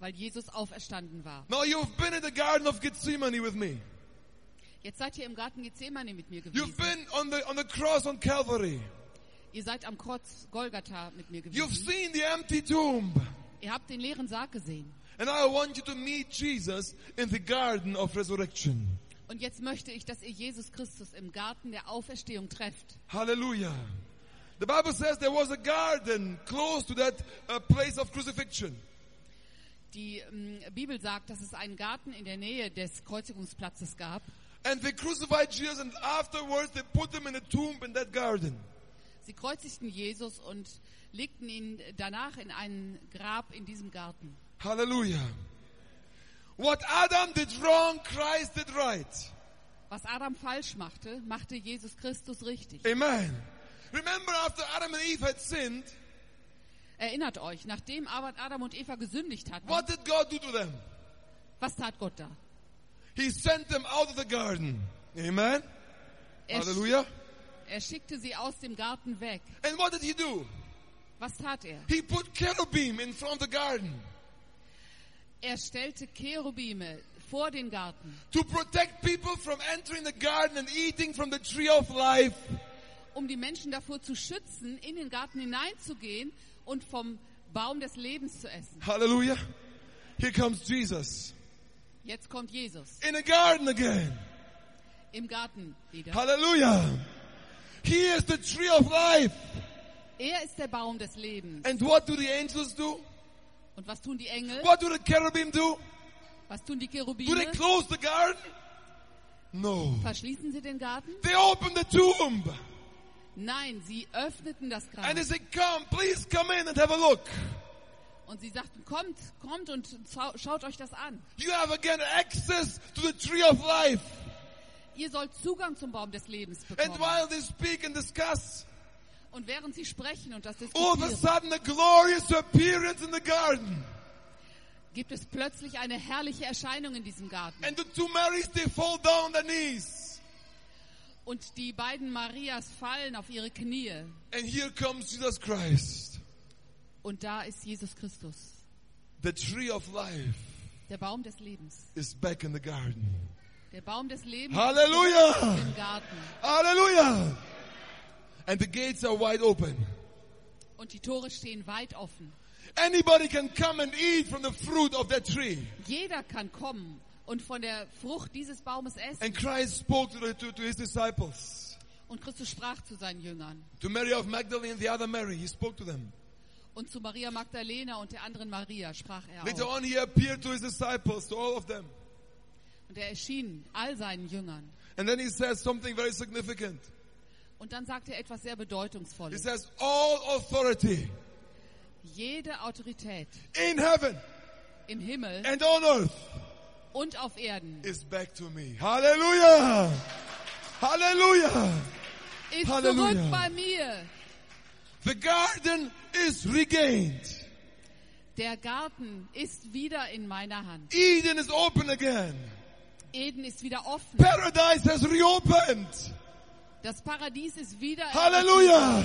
Speaker 2: weil Jesus auferstanden war.
Speaker 1: Now you've been in the Garden of Gethsemane with me.
Speaker 2: Jetzt seid ihr im Garten Gethsemane mit mir gewesen.
Speaker 1: You've been on the, on the cross on Calvary.
Speaker 2: Ihr seid am Kreuz Golgatha mit mir
Speaker 1: You've
Speaker 2: gewesen.
Speaker 1: seen the empty tomb.
Speaker 2: Ihr habt den leeren Sarg gesehen.
Speaker 1: And I want you to meet Jesus in the garden of resurrection.
Speaker 2: Und jetzt möchte ich, dass ihr Jesus Christus im Garten der Auferstehung trefft.
Speaker 1: Hallelujah. The Bible says there was a garden close to that uh, place of crucifixion.
Speaker 2: Die ähm, Bibel sagt, dass es einen Garten in der Nähe des Kreuzigungsplatzes gab.
Speaker 1: And they crucified Jesus and afterwards they put him in a tomb in that garden.
Speaker 2: Sie kreuzigten Jesus und legten ihn danach in ein Grab in diesem Garten.
Speaker 1: Hallelujah. What Adam did wrong, Christ did right.
Speaker 2: Was Adam falsch machte, machte Jesus Christus richtig.
Speaker 1: Amen. Remember after Adam and Eve had sinned,
Speaker 2: Erinnert euch, nachdem aber Adam und Eva gesündigt hatten,
Speaker 1: what did God do to them?
Speaker 2: was tat Gott da?
Speaker 1: He sent them out of the garden. Amen.
Speaker 2: Er,
Speaker 1: Hallelujah.
Speaker 2: er schickte sie aus dem Garten weg.
Speaker 1: And what did he do?
Speaker 2: Was tat er?
Speaker 1: He put cherubim in front of the garden
Speaker 2: Er stellte Cherubime vor den Garten,
Speaker 1: to protect people from entering the garden and eating from the tree of life.
Speaker 2: um die Menschen davor zu schützen, in den Garten hineinzugehen und vom Baum des Lebens zu essen.
Speaker 1: Hallelujah. Here comes Jesus
Speaker 2: Jetzt kommt Jesus
Speaker 1: in a garden again.
Speaker 2: im Garten wieder.
Speaker 1: Hallelujah. He is the tree of life.
Speaker 2: Er ist der Baum des Lebens.
Speaker 1: And what do the angels do?
Speaker 2: Und was tun die Engel?
Speaker 1: What do the cherubim do?
Speaker 2: Was tun die
Speaker 1: Do they
Speaker 2: Cherubime?
Speaker 1: close the garden? No.
Speaker 2: Verschließen sie den Garten?
Speaker 1: They open the tomb
Speaker 2: Nein, sie öffneten das
Speaker 1: and they
Speaker 2: Grab.
Speaker 1: say, Come, please come in and have a look.
Speaker 2: Und sie sagten, kommt, kommt und zau- schaut euch das an.
Speaker 1: You have again access to the tree of life.
Speaker 2: Ihr sollt Zugang zum Baum des Lebens
Speaker 1: And
Speaker 2: bekommen.
Speaker 1: while they speak and discuss,
Speaker 2: Und während sie sprechen und das
Speaker 1: all of a
Speaker 2: diskutieren,
Speaker 1: sudden a glorious appearance in the garden.
Speaker 2: gibt es plötzlich eine herrliche Erscheinung in diesem Garten.
Speaker 1: And the two Marys, they fall down on their knees.
Speaker 2: Und die beiden Marias fallen auf ihre Knie.
Speaker 1: And here comes Jesus Christ,
Speaker 2: Und da ist Jesus Christus,
Speaker 1: the tree of life.
Speaker 2: der Baum des Lebens.
Speaker 1: is back in the garden.
Speaker 2: Der Baum des Lebens
Speaker 1: Hallelujah!
Speaker 2: im Garten.
Speaker 1: Hallelujah! And the gates are wide open.
Speaker 2: Und die Tore stehen weit offen.
Speaker 1: Anybody can come and eat from the fruit of that tree.
Speaker 2: Jeder kann kommen und von der Frucht dieses Baumes essen.
Speaker 1: And Christ spoke to, the, to, to his disciples,
Speaker 2: Und Christus sprach zu seinen Jüngern
Speaker 1: to Mary of Magdalene and the other Mary. He spoke to them.
Speaker 2: und zu Maria Magdalena und der anderen Maria sprach er
Speaker 1: Later
Speaker 2: auch.
Speaker 1: on, he appeared to his disciples, to all of them. um-
Speaker 2: Und er erschien all seinen Jüngern.
Speaker 1: And then he says something very significant.
Speaker 2: Und dann sagte er etwas sehr
Speaker 1: He
Speaker 2: Bedeutungsvolles.
Speaker 1: says, All authority
Speaker 2: Jede Autorität
Speaker 1: in heaven
Speaker 2: im Himmel
Speaker 1: and on earth
Speaker 2: und auf Erden
Speaker 1: is back to me. Hallelujah! Hallelujah!
Speaker 2: ist
Speaker 1: Halleluja.
Speaker 2: zurück bei mir.
Speaker 1: The garden is regained.
Speaker 2: Der Garten ist wieder in meiner Hand.
Speaker 1: Eden is open again.
Speaker 2: Eden ist wieder offen.
Speaker 1: Paradise has reopened.
Speaker 2: Das Paradies ist wieder
Speaker 1: Hallelujah.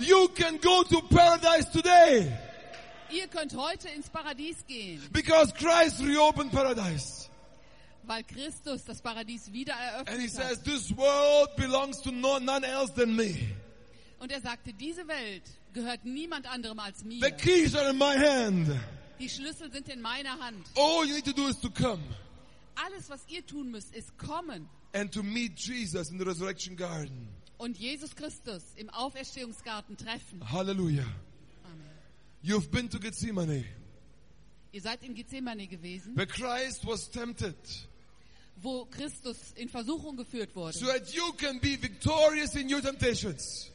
Speaker 1: You can go to paradise today
Speaker 2: Ihr könnt heute ins Paradies gehen,
Speaker 1: because Christ reopened paradise.
Speaker 2: weil Christus das Paradies wieder
Speaker 1: And he
Speaker 2: eröffnet
Speaker 1: says,
Speaker 2: hat.
Speaker 1: this world belongs to no, none else than me.
Speaker 2: Und er sagte, diese Welt gehört niemand anderem als
Speaker 1: The
Speaker 2: mir.
Speaker 1: keys are in my hand.
Speaker 2: Die Schlüssel sind in meiner Hand.
Speaker 1: All you need to do is to come
Speaker 2: Alles, was ihr tun müsst, ist kommen
Speaker 1: and to meet Jesus in the resurrection garden.
Speaker 2: und Jesus Christus im Auferstehungsgarten treffen.
Speaker 1: Hallelujah.
Speaker 2: Amen.
Speaker 1: You've been to Gethsemane,
Speaker 2: Ihr seid in Gethsemane gewesen,
Speaker 1: where Christ was tempted
Speaker 2: wo Christus in Versuchung geführt
Speaker 1: so
Speaker 2: wurde.
Speaker 1: that you can be victorious in your temptations.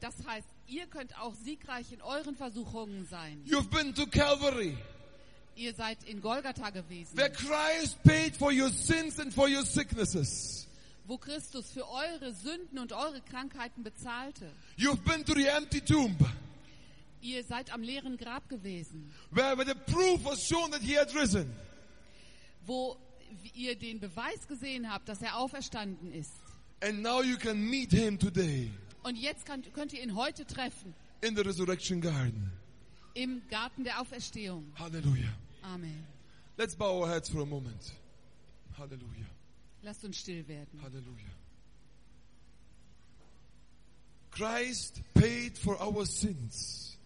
Speaker 2: Das heißt, ihr könnt auch siegreich in euren Versuchungen sein.
Speaker 1: You've been to Calvary,
Speaker 2: Ihr seid in Golgatha gewesen,
Speaker 1: where Christ paid for your sins and for your sicknesses.
Speaker 2: wo Christus für eure Sünden und eure Krankheiten bezahlte.
Speaker 1: You've been to the empty tomb,
Speaker 2: Ihr seid am leeren Grab gewesen,
Speaker 1: where, where the proof was shown that he had risen.
Speaker 2: wo ihr den Beweis gesehen habt, dass er auferstanden ist.
Speaker 1: And now you kann meet him today
Speaker 2: Und jetzt könnt, könnt ihr ihn heute treffen
Speaker 1: in the resurrection garden.
Speaker 2: im Garten der Auferstehung.
Speaker 1: Hallelujah.
Speaker 2: Amen.
Speaker 1: Let's bow our heads for a moment. Hallelujah.
Speaker 2: Lasst uns still werden.
Speaker 1: Hallelujah. Christ paid for our sins.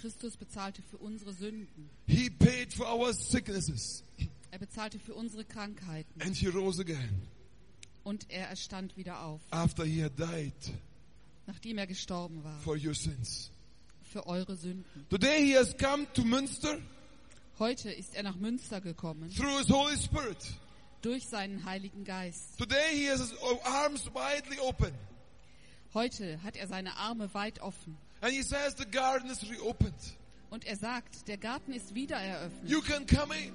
Speaker 2: Christus bezahlte für unsere Sünden.
Speaker 1: He paid for our sicknesses.
Speaker 2: Er bezahlte für unsere Krankheiten.
Speaker 1: And he rose again
Speaker 2: Und er erstand wieder auf,
Speaker 1: after he had died
Speaker 2: nachdem er gestorben war,
Speaker 1: for your sins.
Speaker 2: für eure Sünden.
Speaker 1: Today he has come to Münster
Speaker 2: Heute ist er nach Münster gekommen,
Speaker 1: through his Holy Spirit.
Speaker 2: durch seinen Heiligen Geist.
Speaker 1: Today he has his arms widely open.
Speaker 2: Heute hat er seine Arme weit offen.
Speaker 1: And he says the garden is reopened.
Speaker 2: Und er sagt, der Garten ist wieder eröffnet.
Speaker 1: You can come in.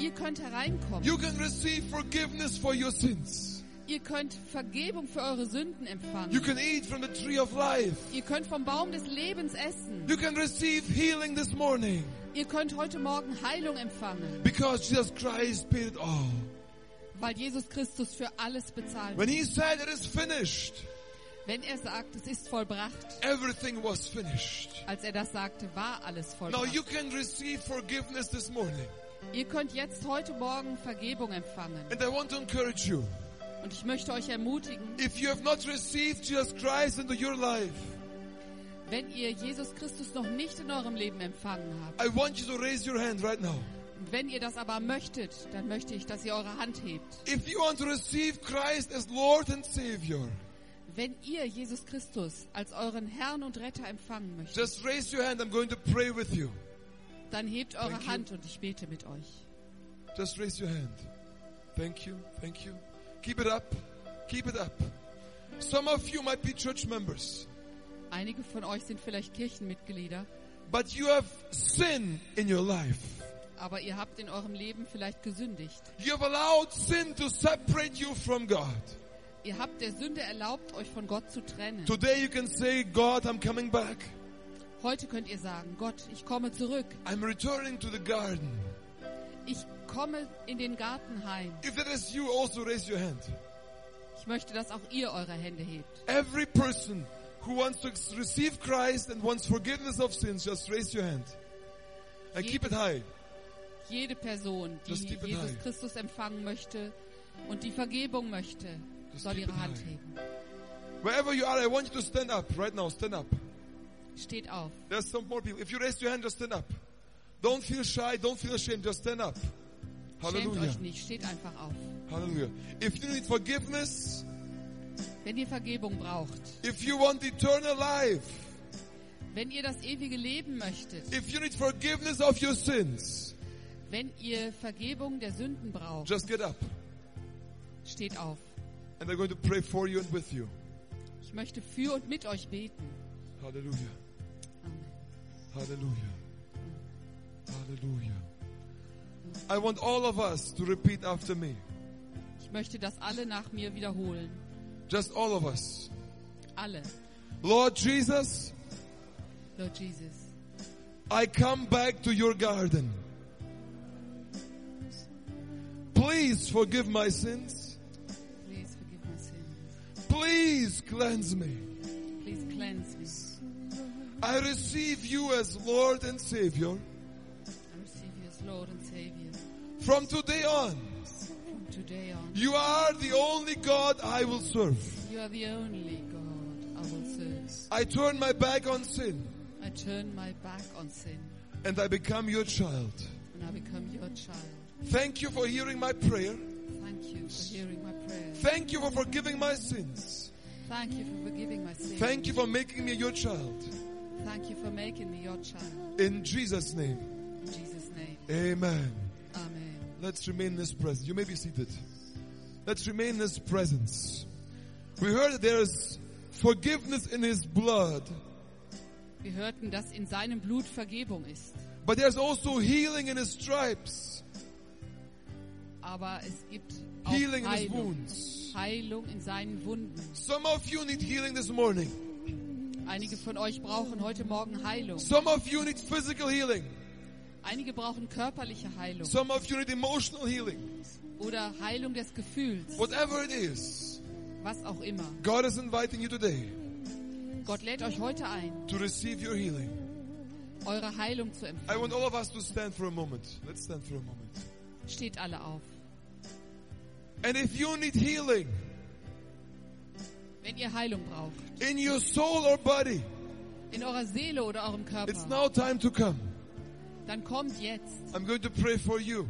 Speaker 2: Ihr könnt hereinkommen.
Speaker 1: You can receive forgiveness for your sins.
Speaker 2: Ihr könnt Vergebung für eure Sünden
Speaker 1: You
Speaker 2: empfangen.
Speaker 1: can eat from the tree of life.
Speaker 2: Ihr könnt vom Baum des Lebens essen.
Speaker 1: You can receive healing this morning
Speaker 2: Ihr könnt heute Morgen Heilung empfangen,
Speaker 1: because Jesus Christ paid it all.
Speaker 2: weil Jesus Christus für alles bezahlt.
Speaker 1: When he said it is finished,
Speaker 2: Wenn er sagt, es ist vollbracht,
Speaker 1: everything was finished.
Speaker 2: als er das sagte, war alles
Speaker 1: Now you
Speaker 2: vollbracht.
Speaker 1: can receive forgiveness this morning.
Speaker 2: Ihr könnt jetzt heute Morgen Vergebung empfangen.
Speaker 1: And I want to encourage you.
Speaker 2: Und ich möchte euch ermutigen,
Speaker 1: If you have not received Jesus Christ into your life,
Speaker 2: wenn ihr Jesus Christus noch nicht in eurem Leben empfangen habt,
Speaker 1: I want you to raise your hand right now.
Speaker 2: wenn ihr das aber möchtet, dann möchte ich, dass ihr eure Hand hebt.
Speaker 1: If you want to receive Christ as Lord and Savior,
Speaker 2: Wenn ihr Jesus Christus als euren Herrn und Retter empfangen möchtet,
Speaker 1: just raise your hand. I'm going to pray with you.
Speaker 2: dann hebt eure
Speaker 1: Thank you.
Speaker 2: Hand und ich bete mit euch.
Speaker 1: Just raise your hand. Thank you. Thank you. Keep it up. Keep it up. Some of you might be church members,
Speaker 2: Einige von euch sind vielleicht Kirchenmitglieder,
Speaker 1: but you have sin in your life.
Speaker 2: aber ihr habt in eurem Leben vielleicht gesündigt.
Speaker 1: You have allowed sin to separate you from God.
Speaker 2: Ihr habt der Sünde erlaubt, euch von Gott zu trennen.
Speaker 1: Today you can say, God, I'm coming back.
Speaker 2: Heute könnt ihr sagen, Gott, ich komme zurück.
Speaker 1: I'm returning to the garden.
Speaker 2: Ich komme in den Garten heim.
Speaker 1: If that is you, also raise your hand.
Speaker 2: Ich möchte, dass auch ihr eure Hände hebt.
Speaker 1: Every person who wants to receive Christ and wants forgiveness of sins, just raise your hand. And keep it high.
Speaker 2: Jede Person, die
Speaker 1: Das Liebe
Speaker 2: Jesus
Speaker 1: Teil.
Speaker 2: Christus empfangen möchte und die Vergebung möchte,
Speaker 1: Das
Speaker 2: soll
Speaker 1: Liebe
Speaker 2: ihre Hand
Speaker 1: Teil.
Speaker 2: heben.
Speaker 1: Wherever you are, I want you to stand up right now. Stand up.
Speaker 2: Steht auf.
Speaker 1: There's some more people. If you raise your hand, just stand up. Don't feel shy. Don't feel ashamed. Just stand up.
Speaker 2: Schämt
Speaker 1: Hallelujah.
Speaker 2: euch nicht. Steht einfach auf.
Speaker 1: Hallelujah. If you need forgiveness,
Speaker 2: Wenn ihr Vergebung braucht,
Speaker 1: if you want eternal life,
Speaker 2: wenn ihr das ewige Leben möchtet,
Speaker 1: if you need forgiveness of your sins,
Speaker 2: wenn ihr Vergebung der Sünden braucht,
Speaker 1: just get up.
Speaker 2: steht auf.
Speaker 1: And they're going to pray for you and with you.
Speaker 2: Ich möchte für und mit euch beten.
Speaker 1: Hallelujah.
Speaker 2: Amen.
Speaker 1: Hallelujah. Hallelujah. I want all of us to repeat after me.
Speaker 2: Ich möchte das alle nach mir wiederholen.
Speaker 1: Just all of us.
Speaker 2: Alle.
Speaker 1: Lord Jesus,
Speaker 2: Lord Jesus,
Speaker 1: I come back to your garden. Please forgive my sins.
Speaker 2: please forgive my sins.
Speaker 1: Please cleanse me.
Speaker 2: Please cleanse me.
Speaker 1: I receive you as Lord and Savior.
Speaker 2: I receive you as Lord and Savior.
Speaker 1: From today on,
Speaker 2: From today on,
Speaker 1: you are the only God I will serve.
Speaker 2: you are the only God I will serve.
Speaker 1: I turn my back on sin.
Speaker 2: I turn my back on sin.
Speaker 1: and I become your child.
Speaker 2: and I become your child.
Speaker 1: Thank you for hearing my prayer.
Speaker 2: Thank you for hearing my prayer.
Speaker 1: Thank you for forgiving my sins.
Speaker 2: Thank you for forgiving my sins.
Speaker 1: Thank you for making me your child.
Speaker 2: Thank you for making me your child.
Speaker 1: In Jesus' name,
Speaker 2: In Jesus' name.
Speaker 1: amen.
Speaker 2: Amen.
Speaker 1: Let's remain in this presence. You may be seated. Let's remain in this presence. We heard that there is forgiveness in His blood,
Speaker 2: Wir hörten, dass in seinem Blut Vergebung ist.
Speaker 1: but there's also healing in His stripes,
Speaker 2: Aber es gibt auch
Speaker 1: healing in His
Speaker 2: Heilung.
Speaker 1: wounds.
Speaker 2: Heilung in seinen Wunden.
Speaker 1: Some of you need healing this morning.
Speaker 2: Einige von euch brauchen heute Morgen Heilung.
Speaker 1: Some of you need physical healing.
Speaker 2: Einige brauchen körperliche Heilung
Speaker 1: Some of you need emotional healing.
Speaker 2: oder Heilung des Gefühls,
Speaker 1: Whatever it is,
Speaker 2: was auch immer.
Speaker 1: God is inviting you today
Speaker 2: Gott lädt euch heute ein,
Speaker 1: to receive your healing.
Speaker 2: eure Heilung zu
Speaker 1: I
Speaker 2: empfangen.
Speaker 1: want all of us to stand for a moment. Let's stand for a moment.
Speaker 2: Steht alle auf.
Speaker 1: And if you need healing
Speaker 2: Wenn ihr Heilung braucht,
Speaker 1: in your soul or body,
Speaker 2: in eurer Seele oder eurem
Speaker 1: it's
Speaker 2: Körper,
Speaker 1: now time to come.
Speaker 2: dann kommt jetzt.
Speaker 1: I'm going to pray for you.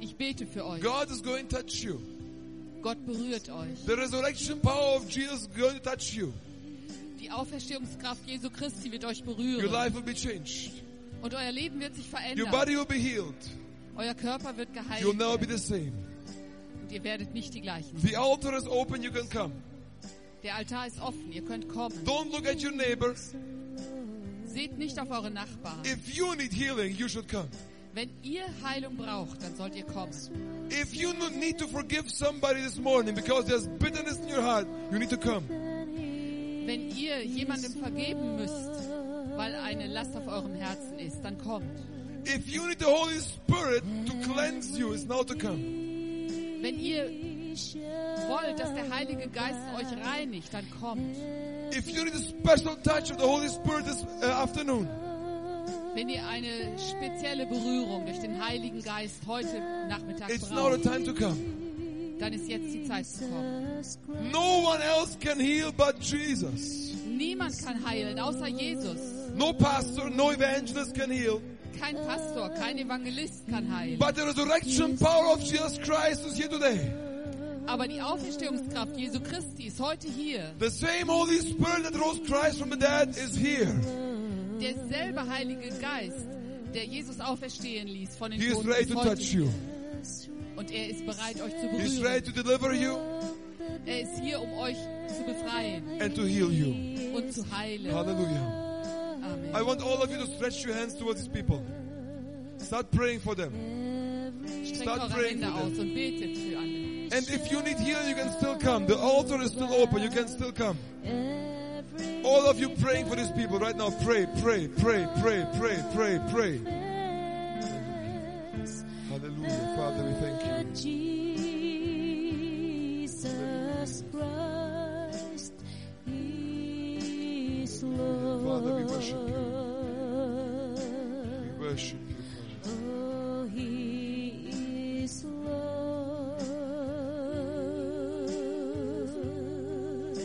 Speaker 2: Ich bete für euch.
Speaker 1: God is going to touch you.
Speaker 2: Gott berührt euch.
Speaker 1: The resurrection power of Jesus is going to touch you.
Speaker 2: Die Auferstehungskraft Jesu Christi wird euch
Speaker 1: Your
Speaker 2: berühren.
Speaker 1: life will be changed.
Speaker 2: Und euer Leben wird sich
Speaker 1: Your
Speaker 2: verändern.
Speaker 1: body will be healed.
Speaker 2: Euer Körper wird geheilt.
Speaker 1: You'll never be
Speaker 2: werden.
Speaker 1: the same.
Speaker 2: Und ihr werdet nicht die gleichen.
Speaker 1: The altar is open. You can come.
Speaker 2: Der Altar ist offen. Ihr könnt kommen.
Speaker 1: Don't look at your neighbor.
Speaker 2: Seht nicht auf eure Nachbarn.
Speaker 1: If you need healing, you should come.
Speaker 2: Wenn ihr Heilung braucht, dann sollt ihr kommen.
Speaker 1: If you no- need to forgive somebody this morning because there's bitterness in your heart, you need to come.
Speaker 2: Wenn ihr jemandem vergeben müsst, weil eine Last auf eurem Herzen ist, dann kommt.
Speaker 1: If you need the Holy Spirit to cleanse you, it's now to come.
Speaker 2: Wenn ihr wollt, dass der Heilige Geist euch reinigt, dann kommt.
Speaker 1: If you need a special touch of the Holy Spirit this uh, afternoon,
Speaker 2: Wenn ihr eine spezielle Berührung durch den Heiligen Geist heute Nachmittag
Speaker 1: it's now the
Speaker 2: braucht,
Speaker 1: time to come.
Speaker 2: dann ist jetzt die Zeit zu kommen.
Speaker 1: No one else can heal but Jesus.
Speaker 2: Niemand kann heilen, außer Jesus.
Speaker 1: No pastor, no evangelist can heal.
Speaker 2: Kein Pastor, kein Evangelist kann heilen.
Speaker 1: But the resurrection power of Jesus Christ is here today.
Speaker 2: Aber die Auferstehungskraft Jesu Christi ist heute hier.
Speaker 1: The same Holy Spirit that rose Christ from the dead is here.
Speaker 2: Derselbe Heilige Geist, der Jesus auferstehen ließ von den
Speaker 1: He is
Speaker 2: Toten,
Speaker 1: ready
Speaker 2: ist
Speaker 1: to
Speaker 2: heute
Speaker 1: touch you.
Speaker 2: und er ist bereit, euch zu
Speaker 1: He's ready
Speaker 2: berühren.
Speaker 1: to deliver you
Speaker 2: Er ist hier, um euch zu befreien
Speaker 1: and to heal you.
Speaker 2: und zu heilen.
Speaker 1: Hallelujah. I
Speaker 2: Amen.
Speaker 1: want all of you to stretch your hands towards these people. Start praying for them.
Speaker 2: Streckt
Speaker 1: start
Speaker 2: eure
Speaker 1: praying
Speaker 2: Hände
Speaker 1: for them.
Speaker 2: aus und betet für alle.
Speaker 1: And if you need healing, you can still come. The altar is still open. You can still come. All of you praying for these people right now. Pray, pray, pray, pray, pray, pray, pray. Hallelujah. Father, we thank you.
Speaker 3: Jesus Christ is Lord.
Speaker 1: Father, we worship We worship you. Father.
Speaker 3: Oh, He is Lord.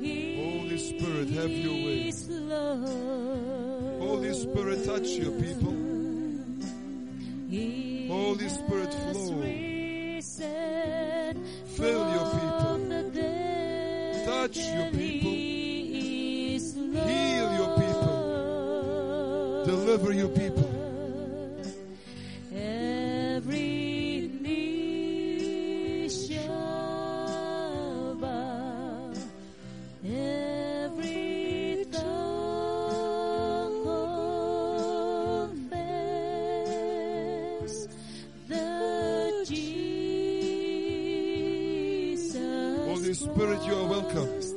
Speaker 3: He
Speaker 1: Holy Spirit, have your way.
Speaker 3: is Lord.
Speaker 1: Holy Spirit, touch your people.
Speaker 3: He
Speaker 1: Holy Spirit,
Speaker 3: has
Speaker 1: flow.
Speaker 3: risen
Speaker 1: Fill Oh. your people.
Speaker 3: from the dead.
Speaker 1: Touch your people.
Speaker 3: He is Lord.
Speaker 1: Heal your people. Deliver your people.
Speaker 3: Every knee shall bow, every tongue confess that Jesus
Speaker 1: Holy Spirit, you are welcome.
Speaker 3: Christ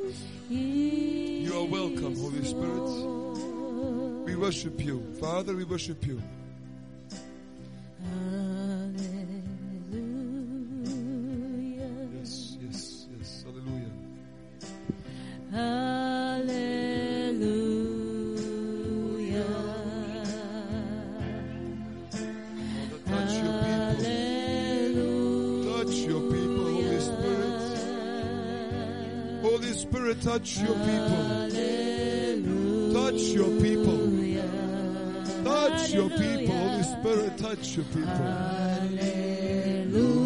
Speaker 1: You are welcome,
Speaker 3: is
Speaker 1: Holy Spirit.
Speaker 3: Lord.
Speaker 1: We worship you. Father, we worship you.
Speaker 3: Hallelujah.
Speaker 1: Yes, yes, yes. Hallelujah.
Speaker 3: Hallelujah.
Speaker 1: Father, touch your people. Touch your people, Holy Spirit. Holy Spirit, touch your people. Touch your people. Touch your people. Holy Spirit, touch your people.
Speaker 3: Hallelujah.